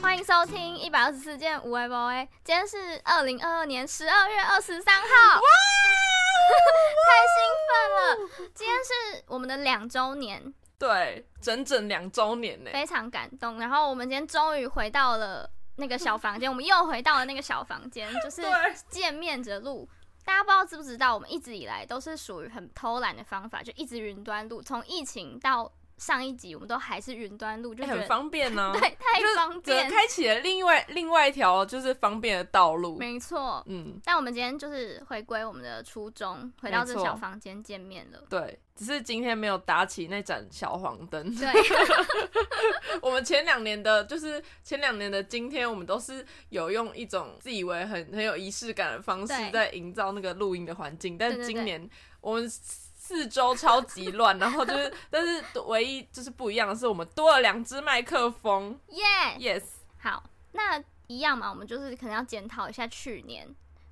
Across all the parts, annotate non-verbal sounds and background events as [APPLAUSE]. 欢迎收听一百二十四件无为 b o 今天是二零二二年十二月二十三号， [LAUGHS] 太兴奋了！今天是我们的两周年，对，整整两周年呢。非常感动。然后我们今天终于回到了那个小 [LAUGHS] 房间，我们又回到了那个小房间，就是对，见面着录。大家不知道知不知道，我们一直以来都是属于很偷懒的方法，就一直云端录。从疫情到上一集，我们都还是云端录，就哎觉很得、方便呢、 [LAUGHS] 对太就是方整个便，开启了另外另外一条就是方便的道路。没错。嗯，但我们今天就是回归我们的初衷，回到没这错小房间见面 [LAUGHS] 了。对，只是今天没有打起那盏小黄灯。 [LAUGHS] 对，我们前两年的，就是前两年的今天，我们都是有用一种自以为很很有仪式感的方式对在营造那个录音的环境，但对对今年我们四周超级乱，然后就是， [LAUGHS] 但是唯一就是不一样的是，我们多了两只麦克 [LAUGHS] 风。耶、 Yes，好，那一样嘛，我们就是可能要检讨一下去年。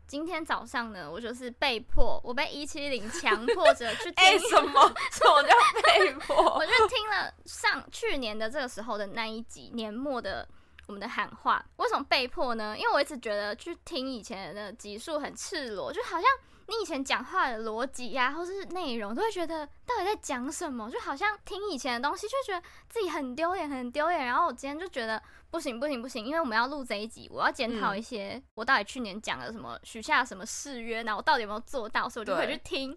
今天早上呢，我就是被迫，我被一七零强迫着 [LAUGHS] 去听哎、什么什么叫被迫我？就听了上去年的这个时候的那一集年末的我们的喊话，为什么被迫呢？因为我一直觉得去听以前的集数很赤裸，就好像你以前讲话的逻辑呀、或是内容，都会觉得到底在讲什么，就好像听以前的东西，就觉得自己很丢脸，很丢脸。然后我今天就觉得不行不行不行，因为我们要录这一集，我要检讨嗯一些我到底去年讲了什么，许下了什么誓约，然后我到底有没有做到，所以我就回去对听。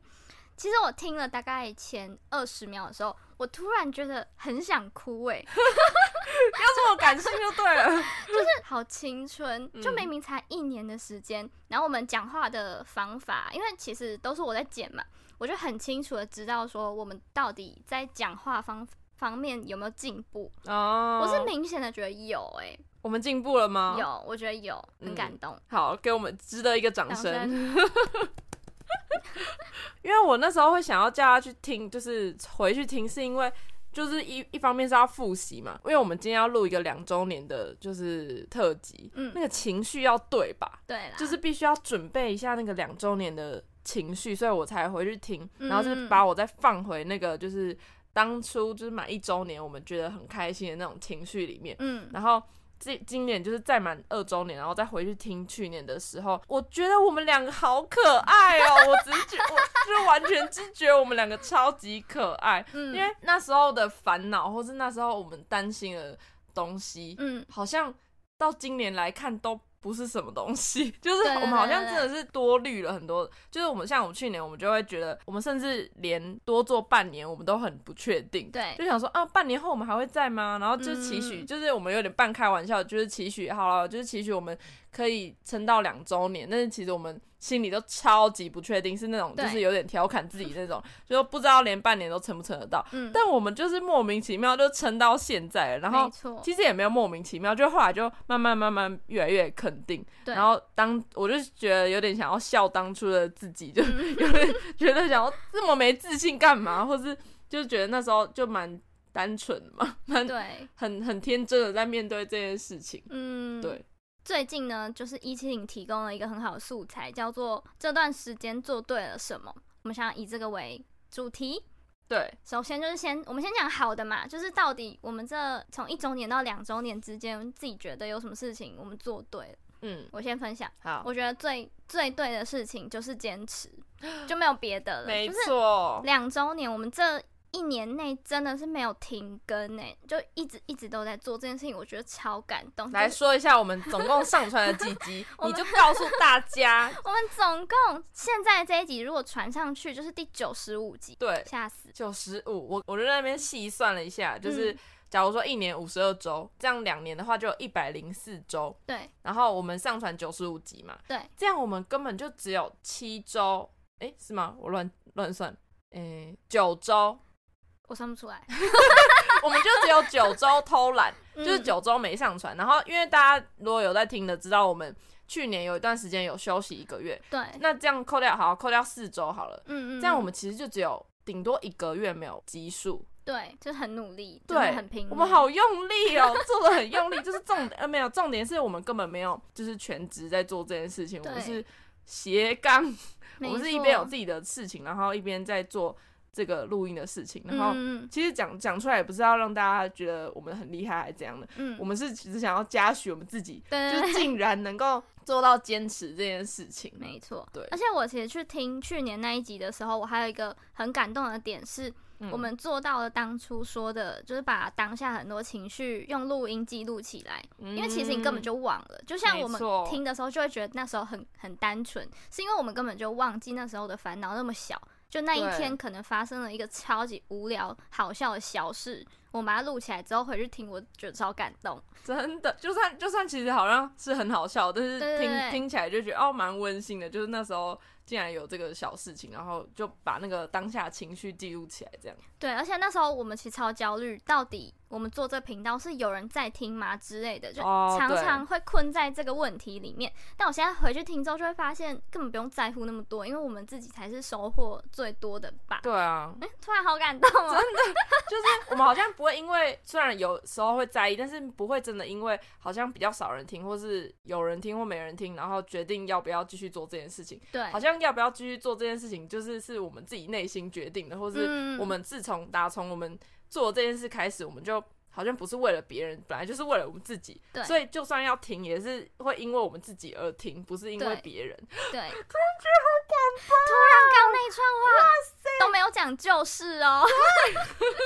其实我听了大概前二十秒的时候，我突然觉得很想哭 [LAUGHS] 哎、不要这么感性就对了。就是好青春，嗯就明明才一年的时间，然后我们讲话的方法，因为其实都是我在剪嘛，我就很清楚的知道说我们到底在讲话方方面有没有进步， [LAUGHS] 哦，我是明显的觉得有哎、我们进步了吗？。有，我觉得有，很感动，好，给我们值得一个嗯掌掌声。声，因为我那时候会想要叫他去听，就是回去听，是因为就是一一方面是要复习嘛，因为我们今天要录一个两周年的，就是特辑，嗯那个情绪要对吧？对啦， [LAUGHS] 就是必须要准备一下那个两周年的情绪，所以我才回去听，嗯然后就是把我再放回那个就是当初就是满一周年我们觉得很开心的那种情绪里面。嗯，然后这今年就是再满二周年，然后再回去听去年的时候，我觉得我们两个好可爱哦！我只是觉，我就是完全只觉得我们两个超级可爱，嗯因为那时候的烦恼，或是那时候我们担心的东西，嗯，好像到今年来看都。不是什么东西， [LAUGHS] 就是对对我们好像对真对的是多虑了很多。就是我们像我们去年，我们就会觉得，我们甚至连多做半年，我们都很不确定。对，就想说啊，半年后我们还会在吗？然后就嗯期许，就是我们有点半开玩笑，就是期许好了，就是期许我们可以撑到两周年，但是其实我们心里都超级不确定，是那种就对是有点调侃自己那种， [LAUGHS] 就不知道连半年都撑不撑得到。嗯，但我们就是莫名其妙就撑到现在了，然后没错，其实也没有莫名其妙，就后来就慢慢慢慢越来越肯定。对然后当我就觉得有点想要笑当初的自己， [LAUGHS] 就有点觉得想要这么没自信干嘛，或是就觉得那时候就蛮单纯的嘛，蛮对，很很天真的在面对这件事情。嗯，对，最近呢，就是一七零提供了一个很好的素材，叫做“这段时间做对了什么”。我们想要以这个为主题。对，首先就是先，我们先讲好的嘛，就是到底我们这从一周年到两周年之间，自己觉得有什么事情我们做对了。嗯，我先分享，好，我觉得最最对的事情就是坚 [LAUGHS] 持，就没有别的了。没就是嗯错，两周年，我们这一年内真的是没有停更呢、欸就一直一直都在做这件事情，我觉得超感动。来就是说一下我们总共上传了几集 [LAUGHS] ，我你们就告诉大家。 [LAUGHS] 我们总共现在这一集如果传上去，就是第九十五集，对，吓死！九十五，我我就在那边细算了一下，嗯就是假如说一年五十二周，这样两年的话就有一百零四周，对然后我们上传九十五集嘛，对，这样我们根本就只有七周，诶，是吗？我乱乱算，诶，九周，我算不出 [LAUGHS] 来，我们就只有九周偷 [LAUGHS] 懒，嗯就是九周没上传。然后因为大家如果有在听的，知道我们去年有一段时间有休息一个月，对，那这样扣掉好，扣掉四周好了，嗯嗯，这样嗯我们其实就只有顶多一个月没有集数，对就是很努力，对真的很拼，我们，好用力哦，做的很用力，就是重呃没有重点是我们根本没有就是全职在做这件事情，我对们是斜杠，我没们是错一边有自己的事情，然后一边在做这个录音的事情，然后。嗯其实讲讲出来也不是要让大家觉得我们很厉害还是怎样的，嗯，我们是只是想要嘉许我们自己，对对就对竟然能够做到坚持这件事情。 [LAUGHS] 没错，对而且我其实去听去年那一集的时候，我还有一个很感动的点是，嗯我们做到了当初说的，就是把当下很多情绪用录音记录起来。嗯因为其实你根本就忘了，就像没我们错听的时候就会觉得那时候很很单纯，是因为我们根本就忘记那时候的烦恼那么小。就那一对天可能发生了一个超级无聊、好笑的小事，我把它录起来之后回去听，我觉得超感动。真的，就算就算其实好像是很好笑，但是听对对对听起来就觉得哦蛮温馨的，就是那时候竟然有这个小事情，然后就把那个当下情绪记录起来，这样。对，而且那时候我们其实超焦虑，到底我们做这频道是有人在听吗之类的，就哦常对常会困在这个问题里面。但我现在回去听之后，就会发现根本不用在乎那么多，因为我们自己才是收获最多的吧。对啊，诶突然好感动哦！就是我们好像不会因为虽然有时候会在意，但是不会真的因为好像比较少人听，或是有人听或没人听，然后决定要不要继续做这件事情。对，好像要不要继续做这件事情，就是是我们自己内心决定的，或是嗯我们自从打从我们做这件事开始，我们就好像不是为了别人，本来就是为了我们自己对，所以就算要停，也是会因为我们自己而停，不是因为对别人。 [LAUGHS] 对，突然觉得好感动。突然刚那一串话，都没有讲就是哦。 [LAUGHS]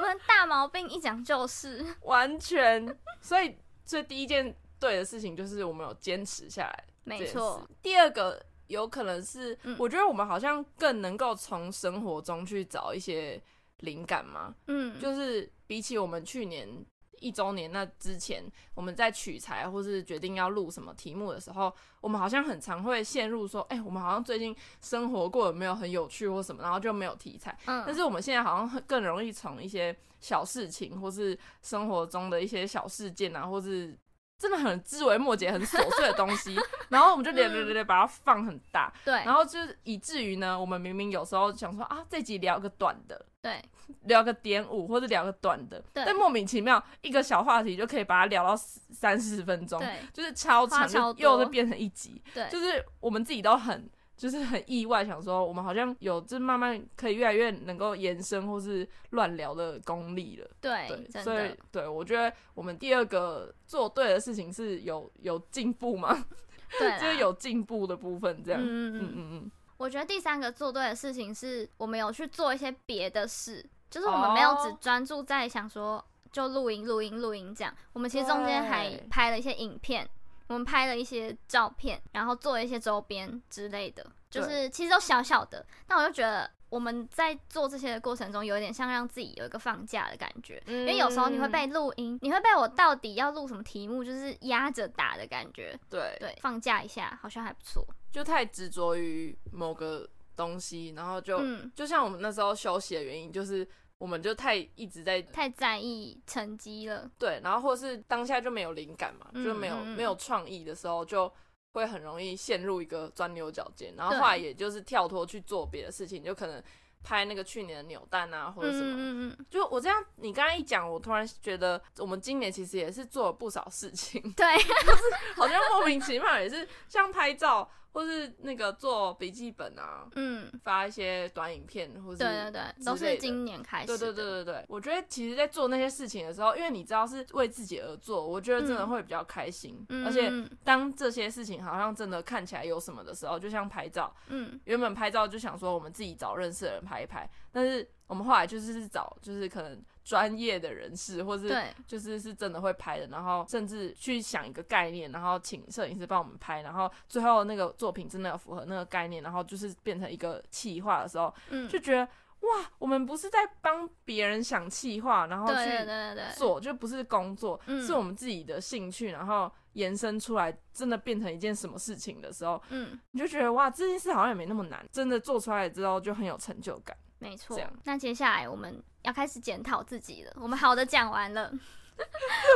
我们大毛病一讲就是，完全。所以，所以第一件对的事情就是我们有坚持下来，没错。。第二个有可能是，嗯我觉得我们好像更能够从生活中去找一些灵感嘛，嗯，就是比起我们去年。一周年那之前，我们在取材或是决定要录什么题目的时候，我们好像很常会陷入说，哎、我们好像最近生活过得没有很有趣或什么，然后就没有题材。嗯，但是我们现在好像很更容易从一些小事情，或是生活中的一些小事件啊，或是真的很枝微末节、很琐碎的东 [LAUGHS] 西，然后我们就连连连连把它放很大，嗯对然后就是以至于呢，我们明明有时候想说啊，这集聊个短的，对聊个点五或者聊个短的，对但莫名其妙一个小话题就可以把它聊到四三四分钟，对就是超花长，超就又多是变成一集，对，就是我们自己都很就是很意外，想说我们好像有就是慢慢可以越来越能够延伸或是乱聊的功力了。对，对，哎真所以的，对我觉得我们第二个做对的事情是有有进步嘛，对啦，就是有进步的部分这样。嗯嗯嗯嗯嗯。嗯，我觉得第三个做对的事情是我们有去做一些别的事，就是我们没有只哦专注在想说就录音、录音、录音这样。我们其实中间还对拍了一些影片，我们拍了一些照片，然后做了一些周边之类的，就是其实都小小的，但我就觉得。我们在做这些的过程中，有点像让自己有一个放假的感觉，嗯因为有时候嗯你会被录音，你会被我到底要录什么题目，就是压着打的感觉。对，对，放假一下好像还不错。就太执着于某个东西，然后就、嗯，就像我们那时候休息的原因，就是我们就太一直在太在意成绩了。对，然后或是当下就没有灵感嘛，嗯就没有、嗯嗯没有创意的时候，就会很容易陷入一个钻牛角尖，然后对后来也就是跳脱去做别的事情，就可能拍那个去年的扭蛋啊或者什么。嗯嗯嗯，就我这样，你刚刚一讲，我突然觉得我们今年其实也是做了不少事情， [LAUGHS] 对，好像莫名其妙也是像拍照或是那个做笔记本啊，嗯，发一些短影片或是对对对，都之类是的今年开始对的。对对对对，我觉得其实，在做那些事情的时候，因为你知道是为自己而做，我觉得真的嗯会比较开心。嗯，而且，嗯当这些事情好像真的看起来有什么的时候，就像拍照，嗯，原本拍照就想说我们自己找认识的人拍一拍，但是我们后来就是找就是可能专业的人士，或是对就是是真的会拍的，然后甚至去想一个概念，然后请摄影师帮我们拍，然后最后那个作品真的有符合那个概念，然后就是变成一个企划的时候，嗯，就觉得哇，我们不是在帮别人想气话，然后对对对去对对，做，就不是工作，嗯是我们自己的兴趣，然后延伸出来，真的变成一件什么事情的时候，嗯，你就觉得哇，这件事好像也没那么难，真的做出来之后就很有成就感。没错这样。那接下来我们要开始检讨自己了。我们好的讲完 [LAUGHS] 了。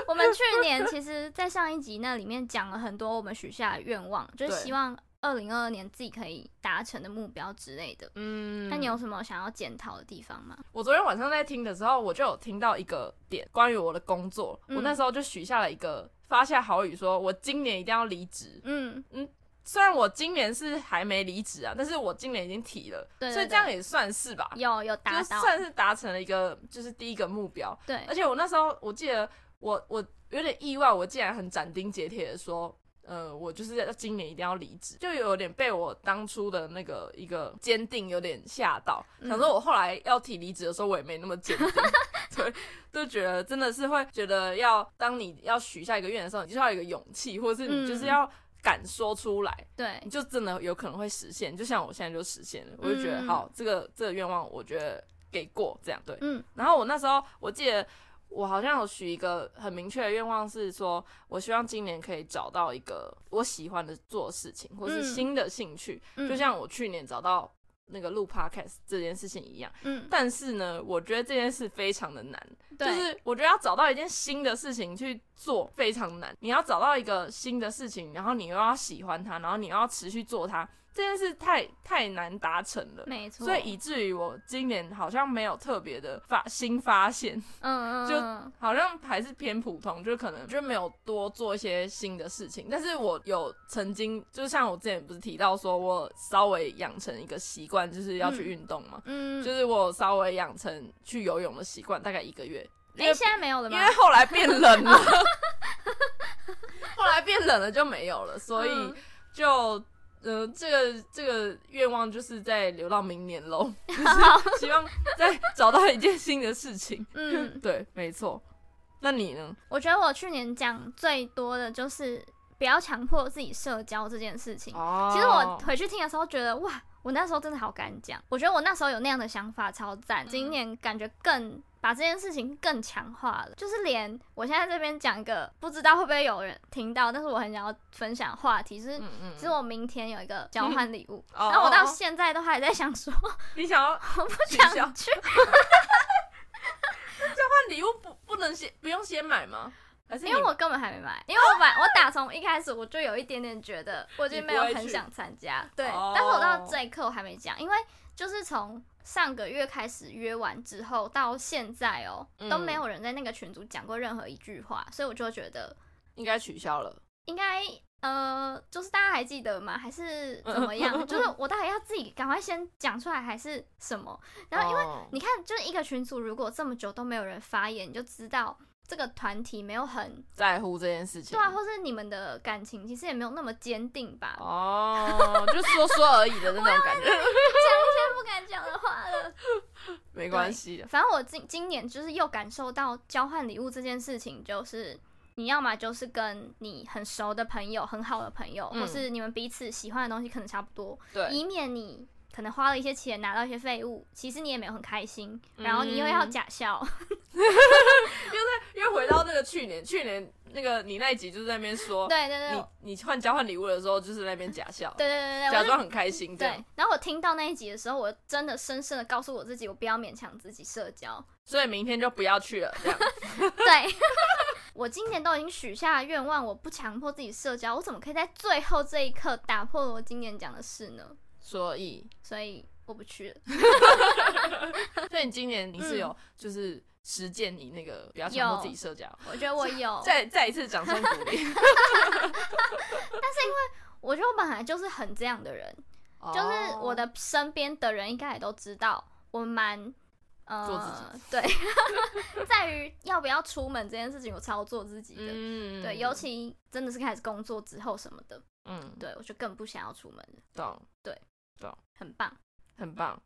我们去年其实，在上一集那里面讲了很多我们许下的愿望，就是对希望二零二二年自己可以达成的目标之类的。嗯那你有什么想要检讨的地方吗？我昨天晚上在听的时候，我就有听到一个点，关于我的工作，嗯我那时候就许下了一个发下豪语，说我今年一定要离职。嗯，虽然我今年是还没离职啊，但是我今年已经提了，对对所以这样也算是吧，嗯有有达就到，算是达成了一个就是第一个目标。对而，且我那时候我记得我我有点意外，我竟然很斩钉截铁的说，呃，我就是要今年一定要离职，就有点被我当初的那个一个坚定有点吓到。嗯想说我后来要提离职的时候，我也没那么 [LAUGHS] 坚定，对，就觉得真的是会觉得要当你要许下一个愿的时候，你就是要有一个勇气，或是你就是嗯要敢说出来。对你，就真的有可能会实现，就像我现在就实现了，我就觉得、嗯好，这个这个愿望我觉得给过这样对，嗯。然后我那时候我记得我好像有许一个很明确的愿望是说，我希望今年可以找到一个我喜欢的做事情，或是嗯新的兴趣，嗯就像我去年找到那个录 podcast 这件事情一样。嗯，但是呢，我觉得这件事非常的难，就对，是我觉得要找到一件新的事情去做非常难。你要找到一个新的事情，然后你又要喜欢它，然后你又要持续做它，这件事太太难达成了。没错，所以以至于我今年好像没有特别的发新发现，嗯嗯就嗯好像还是偏普通，就可能就没有多做一些新的事情。但是我有曾经，就像我之前不是提到说，我稍微养成一个习惯，就是要去嗯运动嘛，嗯，就是我稍微养成去游泳的习惯，大概一个月，因哎、为现在没有了吗因为？后来变冷了， [LAUGHS] 后来变冷了就没有了，所以嗯就。呃，这个这个愿望就是在留到明年 [LAUGHS] 喽，就是希望再找到一件新的事情。嗯， [LAUGHS] 对，没错。那你呢？ [CLEARS THROAT] 我觉得我去年讲最多的就是不要强迫自己社交这件事情。哦其实我回去听的时候觉得，哇，我那时候真的好敢讲。我觉得我那时候有那样的想法，超赞。今年感觉更把这件事情更强化了，就是连我现在这边讲一个，不知道会不会有人听到，但是我很想要分享的话题，就是嗯嗯，其实我明天有一个交换礼物，哦然后我到哦哦现在都还在想说， [LAUGHS] 你想要我不取想消去，换礼物不不能先不用先买吗？还是因为我根本还没买，因为我买我打从一开始我就有一点点觉得我已经没有很想参加，对，哦但是我到这一刻我还没讲，因为就是从上个月开始约完之后到现在哦、嗯都没有人在那个群组讲过任何一句话，所以我就觉得应该取消了？应该。呃，就是大家还记得吗？还是怎么样？ [LAUGHS] 就是我到底要自己赶快先讲出来，还是什么？然后因为为你看，就是一个群组，如果这么久都没有人发言，你就知道这个团体没有很在乎这件事情，对啊，或是你们的感情其实也没有那么坚定吧？哦，就说说而已的那种感觉，不敢讲的话了。 [LAUGHS] 没关系的。反正我今今年就是又感受到交换礼物这件事情，就是你要么就是跟你很熟的朋友、很好的朋友，嗯或是你们彼此喜欢的东西可能差不多，对，以免你。可能花了一些钱拿到一些废物，其实你也没有很开心，然后你又要嗯假笑，因为回到那个去年，去年那个你那一集就是在那边说， [LAUGHS] 对对对对你你换交换礼物的时候就是在那边假笑，对对对，假我就装很开心这对样，，然后我听到那一集的时候，我真的深深的告诉我自己，我不要勉强自己社交。所以明天就不要去了这样。 [LAUGHS] [LAUGHS] 对，我今年都已经许下愿望，我不强迫自己社交，我怎么可以在最后这一刻打破我今年讲的事呢？所以，所以我不去了。所以你今年你是嗯有就是实践你那个不要强迫自己社交，我觉得 [LAUGHS] 我有，再再一次掌声鼓励。我觉得我本来就是很这样的人， [LAUGHS] 就是哦我的身边的人应该也都知道，我蛮。做呃自，对， [LAUGHS] 在于要不要出门这件事情，我超做自己的。嗯对，尤其真的是开始工作之后什么的，嗯，对我就更不想要出门了，懂，很棒。很棒。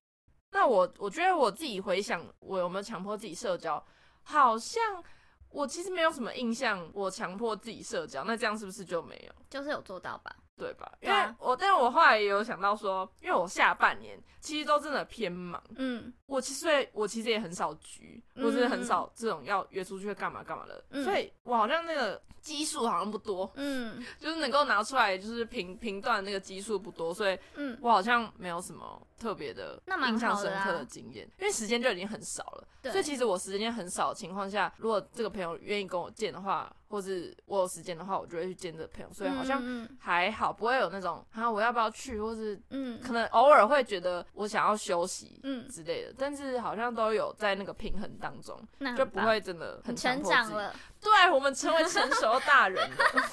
那我我觉得我自己回想，我有没有强迫自己社交？好像我其实没有什么印象，我强迫自己社交，那这样是不是就没有？就是有做到吧？对吧？因对啊为我，但是我后来也有想到说，因为我下半年其实都真的偏忙，嗯我其实也我其实也很少局，嗯或者很少这种要约出去干嘛干嘛的，嗯所以我好像那个基数好像不多， [LAUGHS] 嗯就是能够拿出来就是评评断那个基数不多，所以嗯，我好像没有什么特别的那蛮印象好的深刻啊的经验，因为时间就已经很少了。对，所以其实我时间很少的情况下，如果这个朋友愿意跟我见的话，或是我有时间的话，我就会去见这个朋友。所以好像嗯嗯还好，不会有那种啊我要不要去，或是嗯可能偶尔会觉得我想要休息嗯，之类的，但是好像都有在那个平衡当中，那就很不棒会真的很你强嗯成迫自己长了，对我们成为成熟大人 [LAUGHS] 了，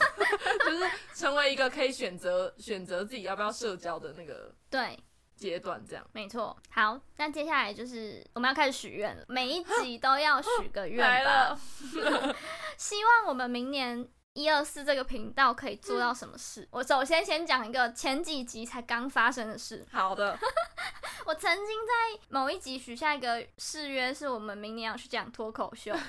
就是成为一个可以选择选择自己要不要社交的那个对，阶段，这样。没错。好，那接下来就是我们要开始许愿了，每一集都要 [LAUGHS] 许个来愿吧。了，希望我们明年一二四这个频道可以做嗯到什么事？我首先先讲一个前几集才刚发生的事。好的，我曾经在某一集许下一个誓约，是我们明年要去讲脱口秀。 [LAUGHS]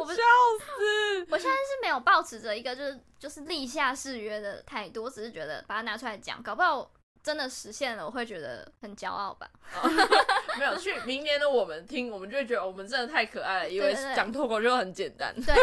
我不是，是我现在是没有抱持着一个就是就是立下誓约的态度，我只是觉得把它拿出来讲，搞不好真的实现了，我会觉得很骄傲吧。没有 [LAUGHS] 去明年的我们听，我们就会觉得我们真的太可爱了，以为对对讲脱口秀很简单。对，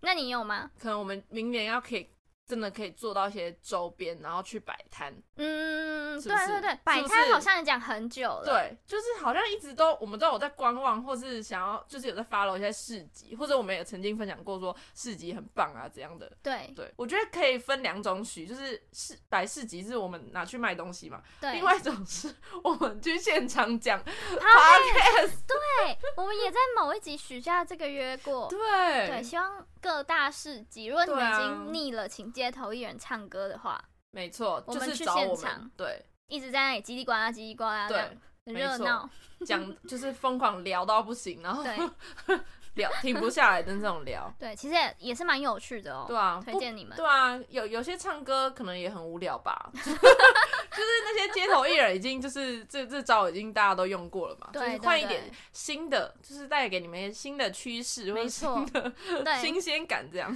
那你有吗？可能我们明年要可以真的可以做到一些周边，然后去摆摊。嗯，是对不是对是对不，摆摊是好像也讲很久了。对，就是好像一直都我们都有在观望，或是想要就是有在 follow 一些市集，或者我们也曾经分享过说市集很棒啊怎样的。对对，我觉得可以分两种许，就是市摆市集是我们拿去卖东西嘛，对，另外一种是我们去现场讲 podcast Podcast 对，我们也在某一集许下这个约 [LAUGHS] 过。对哦对，希望各大市集，如果你们已对啊经腻了，请街头艺人唱歌的话，没错，我就们是去找现我场们，对一直在那里叽里呱啦、叽里呱啦这样对，，很没热错 [LAUGHS] 闹。讲就是疯狂聊到不行，然后对 [LAUGHS] 聊停不下来的那种 [LAUGHS] 聊。对，其实也也是蛮有趣的哦。对啊，推不荐你们。对啊，有有些唱歌可能也很无聊吧， [LAUGHS] 就 [LAUGHS] 是那些街头艺人已经就是这这招已经大家都用过了嘛，对就对是换一点对新的，就是带给你们一些新的趋势或没者错新的对，新鲜感这样。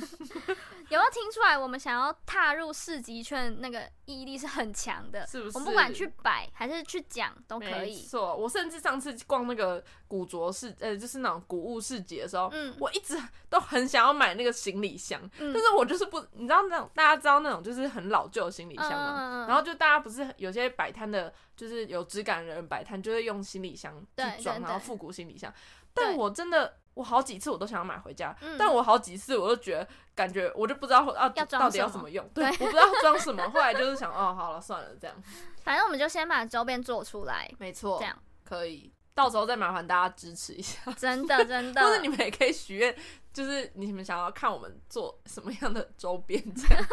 有没有听出来我们想要踏入市集圈那个毅力是很强的？是不我们不管是去摆还是去讲都可没以。错，我甚至上次逛那个古着市，呃，就是那种古物市集的时候，嗯我一直都很想要买那个行李箱，嗯但是我就是不，你知道那种大家知道那种就是很老旧的行李箱嗯吗？嗯嗯然后就大家不是有些摆摊的，就是有质感的人摆摊，就会用行李箱对去装，对然后对复古行李箱。对但我真的，我好几次我都想要买回家，嗯但我好几次我都觉得感觉我就不知道要要装到底要什怎么么用，对，我不知道装什么。后来就是想，哦，好了，算了，这样， [LAUGHS] 反正我们就先把周边做出 [LAUGHS] 来，没错，这样可以，到时候再麻烦大家支持一下，真的真的。或者你们也可以许愿，就是你们想要看我们做什么样的周边 [LAUGHS] 这样。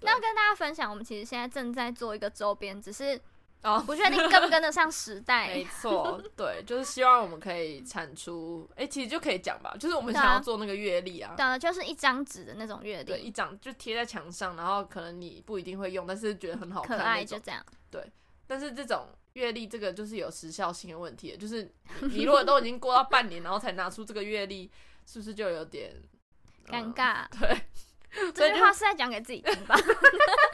那要跟大家分享，我们其实现在正在做一个周边，只是哦，不确定跟不跟得上时代 [LAUGHS] [LAUGHS] 没。错，对，就是希望我们可以产出，哎、其实就可以讲吧，就是我们对啊想要做那个阅历啊。对啊，就是一张纸的那种月对，历，一张就贴在墙上，然后可能你不一定会用，但是觉得很好可看爱那就种。这样。但是这种阅历，这个就是有时效性的问题，就是你如果都已经过到半年，然后才拿出这个阅历，是不是就有点尴？嗯尬，对， [LAUGHS] 所以这句就话是在讲给自己听吧？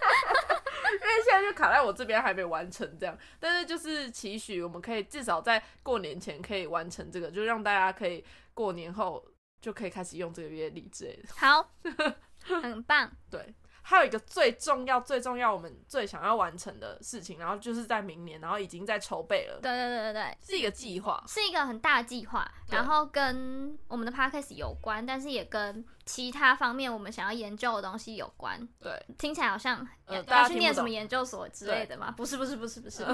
因为现在就卡在我这边还没完成这样，但是就是期许我们可以至少在过年前可以完成这个，就让大家可以过年后就可以开始用这个月历之类的。 [LAUGHS] 好，很棒，对，还有一个最重要、最重要我们最想要完成的事情，然后就是在明年，然后已经在筹备了，对对对对对，是一个计划。是一个很大的计划，对然后跟我们的 podcast 有关，但是也跟其他方面我们想要研究的东西有关。对，听起来好像呃要大家要去听不念什么懂研究所之类的嘛？不是不是不是不 [LAUGHS] 是，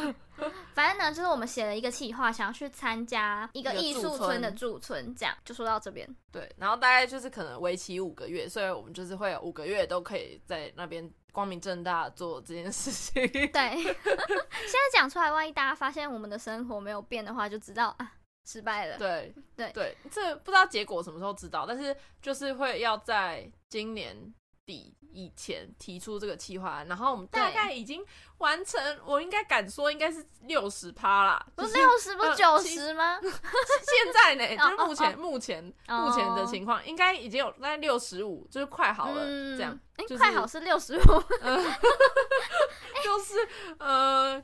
反正呢，就是我们写了一个企划，想要去参加一个一个艺术驻村村的驻村，这样就说到这边。对，然后大概就是可能为期五个月，所以我们就是会有五个月都可以在那边光明正大地做这件事情。 [LAUGHS] 对，现在讲出来，万一大家发现我们的生活没有变的话，就知道啊失败了。对对对，这不知道结果什么时候知道，但是就是会要在今年底以前提出这个计划案，然后我们大对概已经完成，我应该敢说应该是六十趴啦，不就是是哦六十，不是呃九其十吗？现在呢，哦就是目前、哦目前、哦目前的情况，应该已经有在六十五，就是快好了，这样，哎、就是快好是六十五， [LAUGHS] 哎就是呃。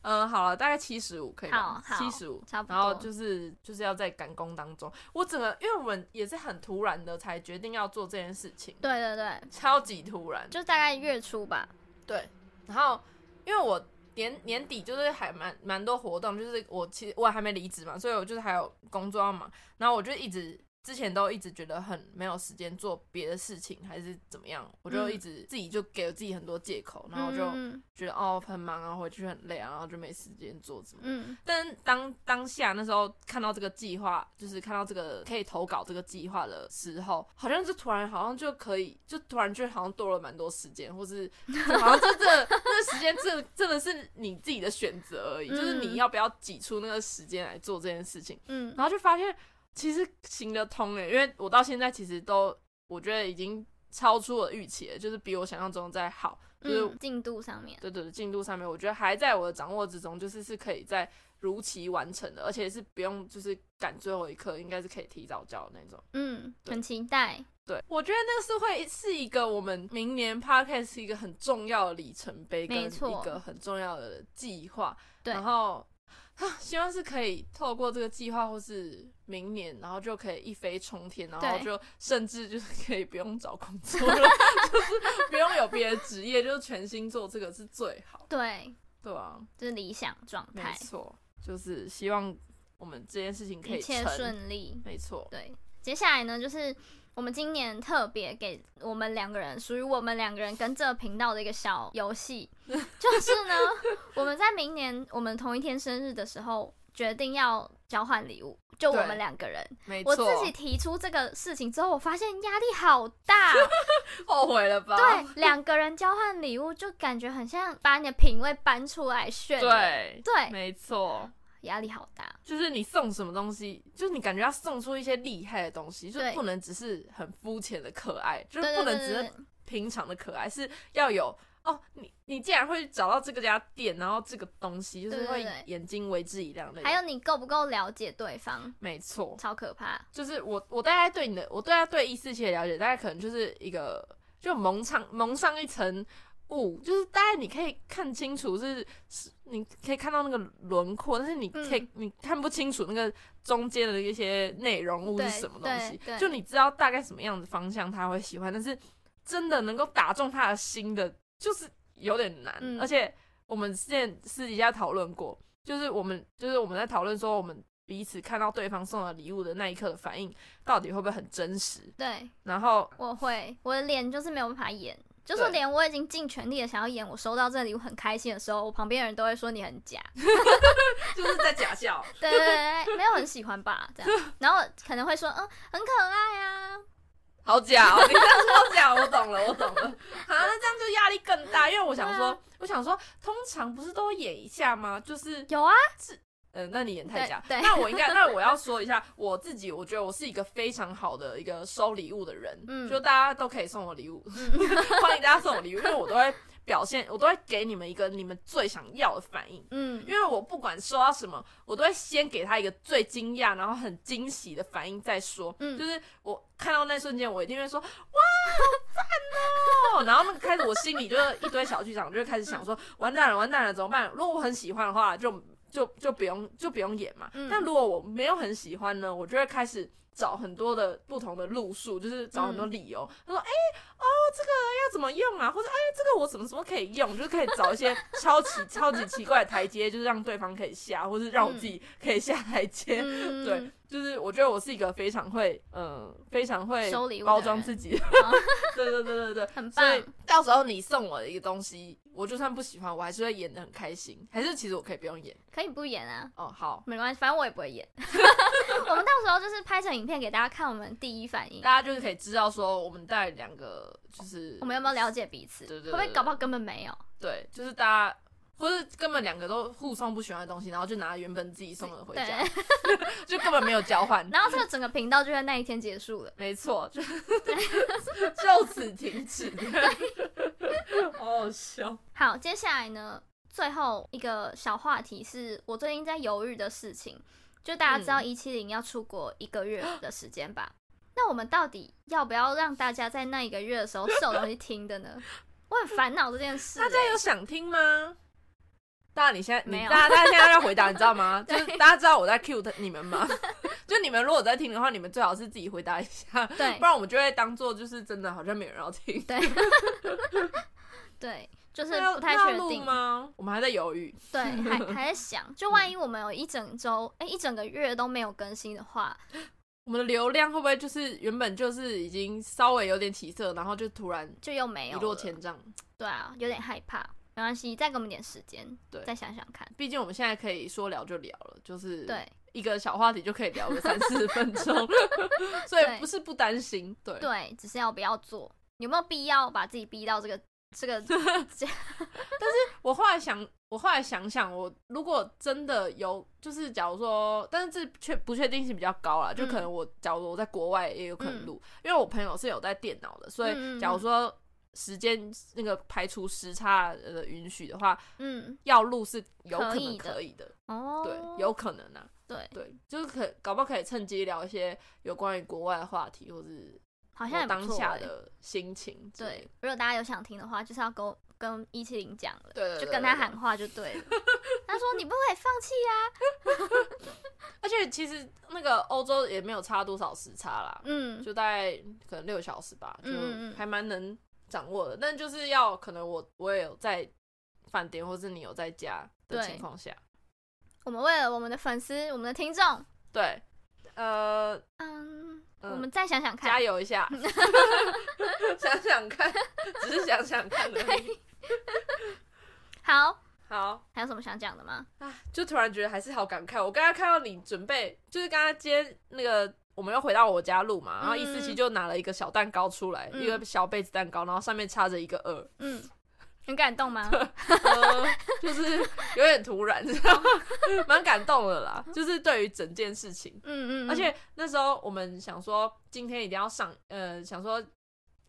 呃，好了，大概七十五可以吧？好好七十五，差不多然后就是就是要在赶工当中，我整个因为我们也是很突然的才决定要做这件事情，对对对，超级突然，就大概月初吧。对，然后因为我年年底就是还蛮蛮多活动，就是我其实我还没离职嘛，所以我就是还有工作要忙，然后我就一直之前都一直觉得很没有时间做别的事情，还是怎么样，我就一直自己就给了自己很多借口，然后我就嗯觉得哦很忙啊，回去很累啊，然后就没时间做什么。嗯但当当下那时候看到这个计划，就是看到这个可以投稿这个计划的时候，好像就突然好像就可以，就突然就好像多了蛮多时间，或是 [LAUGHS] 就好像就这那时间真的真的是你自己的选择而已，就是你嗯要不要挤出那个时间来做这件事情。嗯然后就发现其实行得通诶，因为我到现在其实都我觉得已经超出我的预期了，就是比我想象中在好，就是嗯，进度上面，对对对，进度上面，我觉得还在我的掌握之中，就是是可以在如期完成的，而且是不用就是赶最后一刻，应该是可以提早交的那种。嗯，对很期待，对，我觉得那是会是一个我们明年 podcast 是一个很重要的里程碑，跟没错一个很重要的计划。对然后啊，希望是可以透过这个计划或是明年，然后就可以一飞冲天，然后对就甚至就是可以不用找工作了， [LAUGHS] 就是不用有别的职业，就是全心做这个是最好的，对，对啊。就是理想状没态，错，就是希望我们这件事情可一以切成。顺利，没错，对，接下来呢，就是我们今年特别给我们两个人，属于我们两个人跟这个频道的一个小游 [LAUGHS] 戏，就是呢，我们在明年我们同一天生日的时候，决定要交换礼物，就我对们两个人。没我错，自己提出这个事情之后，我发现压力好 [LAUGHS] 大，后悔了吧？对，两个人交换礼物就感觉很像把你的品味搬出来炫，对对，没错，压力好大，就是你送什么东西，就是你感觉要送出一些厉害的东西，就对不能只是很肤浅的可爱，就对是不对能对只对是对，平常的可爱，是要有。哦，你你竟然会找到这个家店，然后这个东西，就是对对会对眼睛为之一亮的。还有你够不够了解对方，没错，超可怕，就是我我大概对你的，我对他对一四七的了解，大概可能就是一个就蒙上蒙上一层雾，就是大概你可以看清楚是是，你可以看到那个轮廓，但是你可以、嗯你看不清楚那个中间的一些内容物是对什么东西对，对就你知道大概什么样的方向他会喜欢，但是真的能够打中他的心的，就是有点难，嗯而且我们之前私底下讨论过，就是我们就是我们在讨论说，我们彼此看到对方送的礼物的那一刻的反应，到底会不会很真实？对。然后我会，我的脸就是没有办法演，就是对连我已经尽全力的想要演，我收到这礼物很开心的时候，我旁边的人都会说你很 [LAUGHS] 假，就是在假 [LAUGHS] 笑，对对对，对没有很喜欢吧，这样，然后可能会说嗯很可爱啊，好假 [LAUGHS] 哦！你这样说好假，我懂了，我懂了。好，那这样就压力更大，因为我想说，对啊我想说，通常不是都会演一下吗？就是有啊，呃，那你演太假。对对那我 [LAUGHS] 应该，那我要说一下我自己，我觉得我是一个非常好的一个收礼物的人，嗯就大家都可以送我礼物， [LAUGHS] 欢迎大家送我礼物，因为我都会表现，我都会给你们一个你们最想要的反应。嗯因为我不管收到什么，我都会先给他一个最惊讶，然后很惊喜的反应再说。嗯就是我看到那瞬间，我一定会说哇，好赞哦！然 [LAUGHS] 后那个开始我心里就是一堆小剧场，我就会开始想说，嗯完蛋了，完蛋了，怎么办？如果我很喜欢的话，就就就不用就不用演嘛。嗯但如果我没有很喜欢呢，我就会开始。找很多的不同的路数，就是找很多理由。嗯他说：“哎、哦，这个要怎么用啊？或者哎，这个我什么什么可以用？就是可以找一些超级超级奇怪的台阶，就是让对方可以下，或是让我自己可以下台阶。嗯，对，就是我觉得我是一个非常会，嗯、非常会收礼物的包装自己。好对 [LAUGHS] 对对对对， [LAUGHS] 很所以棒，到时候你送我的一个东西，我就算不喜欢，我还是会演的很开心。还是其实我可以不用演可以不演啊。哦。好，没关系，反正我也不会演。 [LAUGHS] 我们到时候就是拍成影片给大家看，我们第一反应大，家就是可以知道说我们带两个就是我们有没有了解彼此？对对对会不会搞不好根本没有？对，就是大家。或是根本两个都互送不喜欢的东西，然后就拿原本自己送的回对，家， [LAUGHS] 就根本没有交换。然后这个整个频道就在那一天结束了。没错，就 [LAUGHS] 就此停止。 [LAUGHS] 好好笑。好，接下来呢，最后一个小话题是我最近在犹豫的事情，就大家知道嗯一七零要出国一个月的时间吧？那我们到底要不要让大家在那一个月的时候是有东西听的呢？我很烦恼这件事、欸大家有想听吗？大家，你现在没你有大家大家现在要回答，你知 [LAUGHS] 道吗？就是大家知道我在 cue 你们吗？ [LAUGHS] 就你们如果在听的话，你们最好是自己回答一下，对不然我们就会当做就是真的好像没有人要听。对，对，就是那要不太那要确录定。吗？我们还在犹豫。对，还还在想，就万一我们有一整周，哎、一整个月都没有更新的话，我们的流量会不会就是原本就是已经稍微有点起色，然后就突然就又没一有落了千丈？对啊，有点害怕。没关系，再给我们点时间，对再想想看。毕竟我们现在可以说聊就聊了，就是对一个小话题就可以聊个三四分钟， [LAUGHS] 所以 [LAUGHS] 对不是不担心，对对，只是要不要做，有没有必要把自己逼到这个这个 [LAUGHS] 我后来想，我后来想想，我如果真的有，就是假如说，但是这确不确定性比较高嗯啦，就可能我假如我在国外也有可能录，因为我朋友是有在电脑的，所嗯嗯以嗯假如说时间那个排除时差的允许的话，嗯要录是有可可以能的可以的，哦，对，有可能啊，对，对，就是可搞不好可以趁机聊一些有关于国外的话题，或是好像也我不当错下欸的心情之类对的，，如果大家有想听的话，就是要跟我跟一七零讲了，对对对就跟他对对喊话就对了。他 [LAUGHS] 说你不可以放弃啊，而且其实那个欧洲也没有差多少时差啦，嗯，就大概可能六小时吧，就嗯嗯嗯还蛮能掌握的。但就是要可能我我也有在饭店，或是你有在家的对情况下，我们为了我们的粉丝，我们的听众，对，呃，嗯，嗯我们再想想看，加油 [LAUGHS] 一下，想想看，只是想想看而已。好，好还有什么想讲的吗？啊，就突然觉得还是好感慨。我刚刚看到你准备，就是刚刚今天那个。我们又回到我家录嘛，然后嗯易思琪就拿了一个小蛋糕出来，嗯一个小杯子蛋糕，然后上面插着一个二， [LAUGHS] 嗯，很感动吗？嗯呃， [LAUGHS] 就是有点突然，这样 [LAUGHS] 蛮感动的啦。就是对于整件事情，嗯嗯，而且那时候我们想说今天一定要上，呃，想说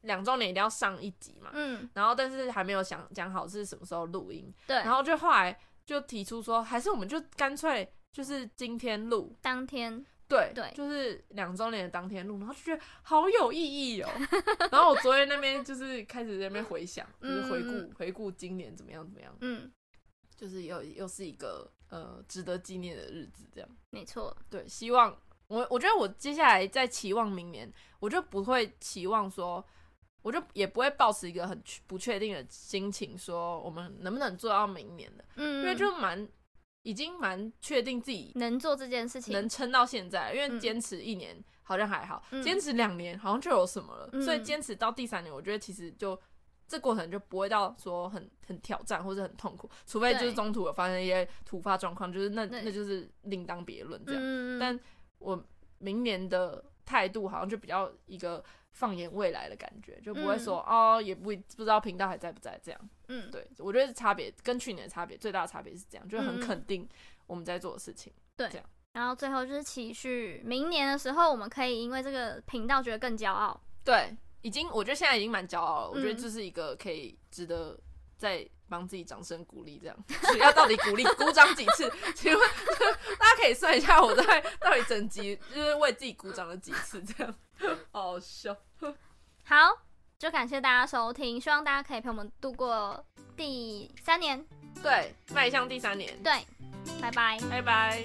两周年一定要上一集嘛。嗯，然后但是还没有想讲好是什么时候录音，对，然后就后来就提出说，还是我们就干脆就是今天录。当天对对就是两周年的当天录，然后就觉得好有意义哦。 [LAUGHS] 然后我昨天那边就是开始在那边回想，就是回顾、嗯回顾今年怎么样怎么样。嗯，就是又又是一个呃值得纪念的日子，这样。没错，对，希望我我觉得我接下来在期望明年，我就不会期望说，我就也不会抱持一个很不确定的心情，说我们能不能做到明年的，嗯，因为就蛮已经蛮确定自己能做这件事情，能撑到现在，因为嗯坚持一年好像还好，嗯坚、持两年好像就有什么了，嗯所以坚持到第三年，我觉得其实就这过程就不会到说很很挑战或者很痛苦，除非就是对中途有发生一些突发状况，就是那对那就是另当别论这样。嗯，嗯嗯但我明年的态度好像就比较一个放眼未来的感觉，就不会说、哦也不不知道频道还在不在这样。嗯，对，我觉得差别跟去年的差别最大的差别是这样，就是很嗯嗯肯定我们在做的事情。然后最后就是期许明年的时候，我们可以因为这个频道觉得更骄傲。对，已经我觉得现在已经蛮骄傲了。我觉得嗯这是一个可以值得再帮自己掌声鼓励，这 [LAUGHS] 样要到底鼓励鼓掌几次？ [LAUGHS] 请问大家可以算一下，我在到底整集就是为自己鼓掌了几次？这样好笑。好，就感谢大家收听，希望大家可以陪我们度过第三年。对，迈向第三年，对，拜拜。拜拜。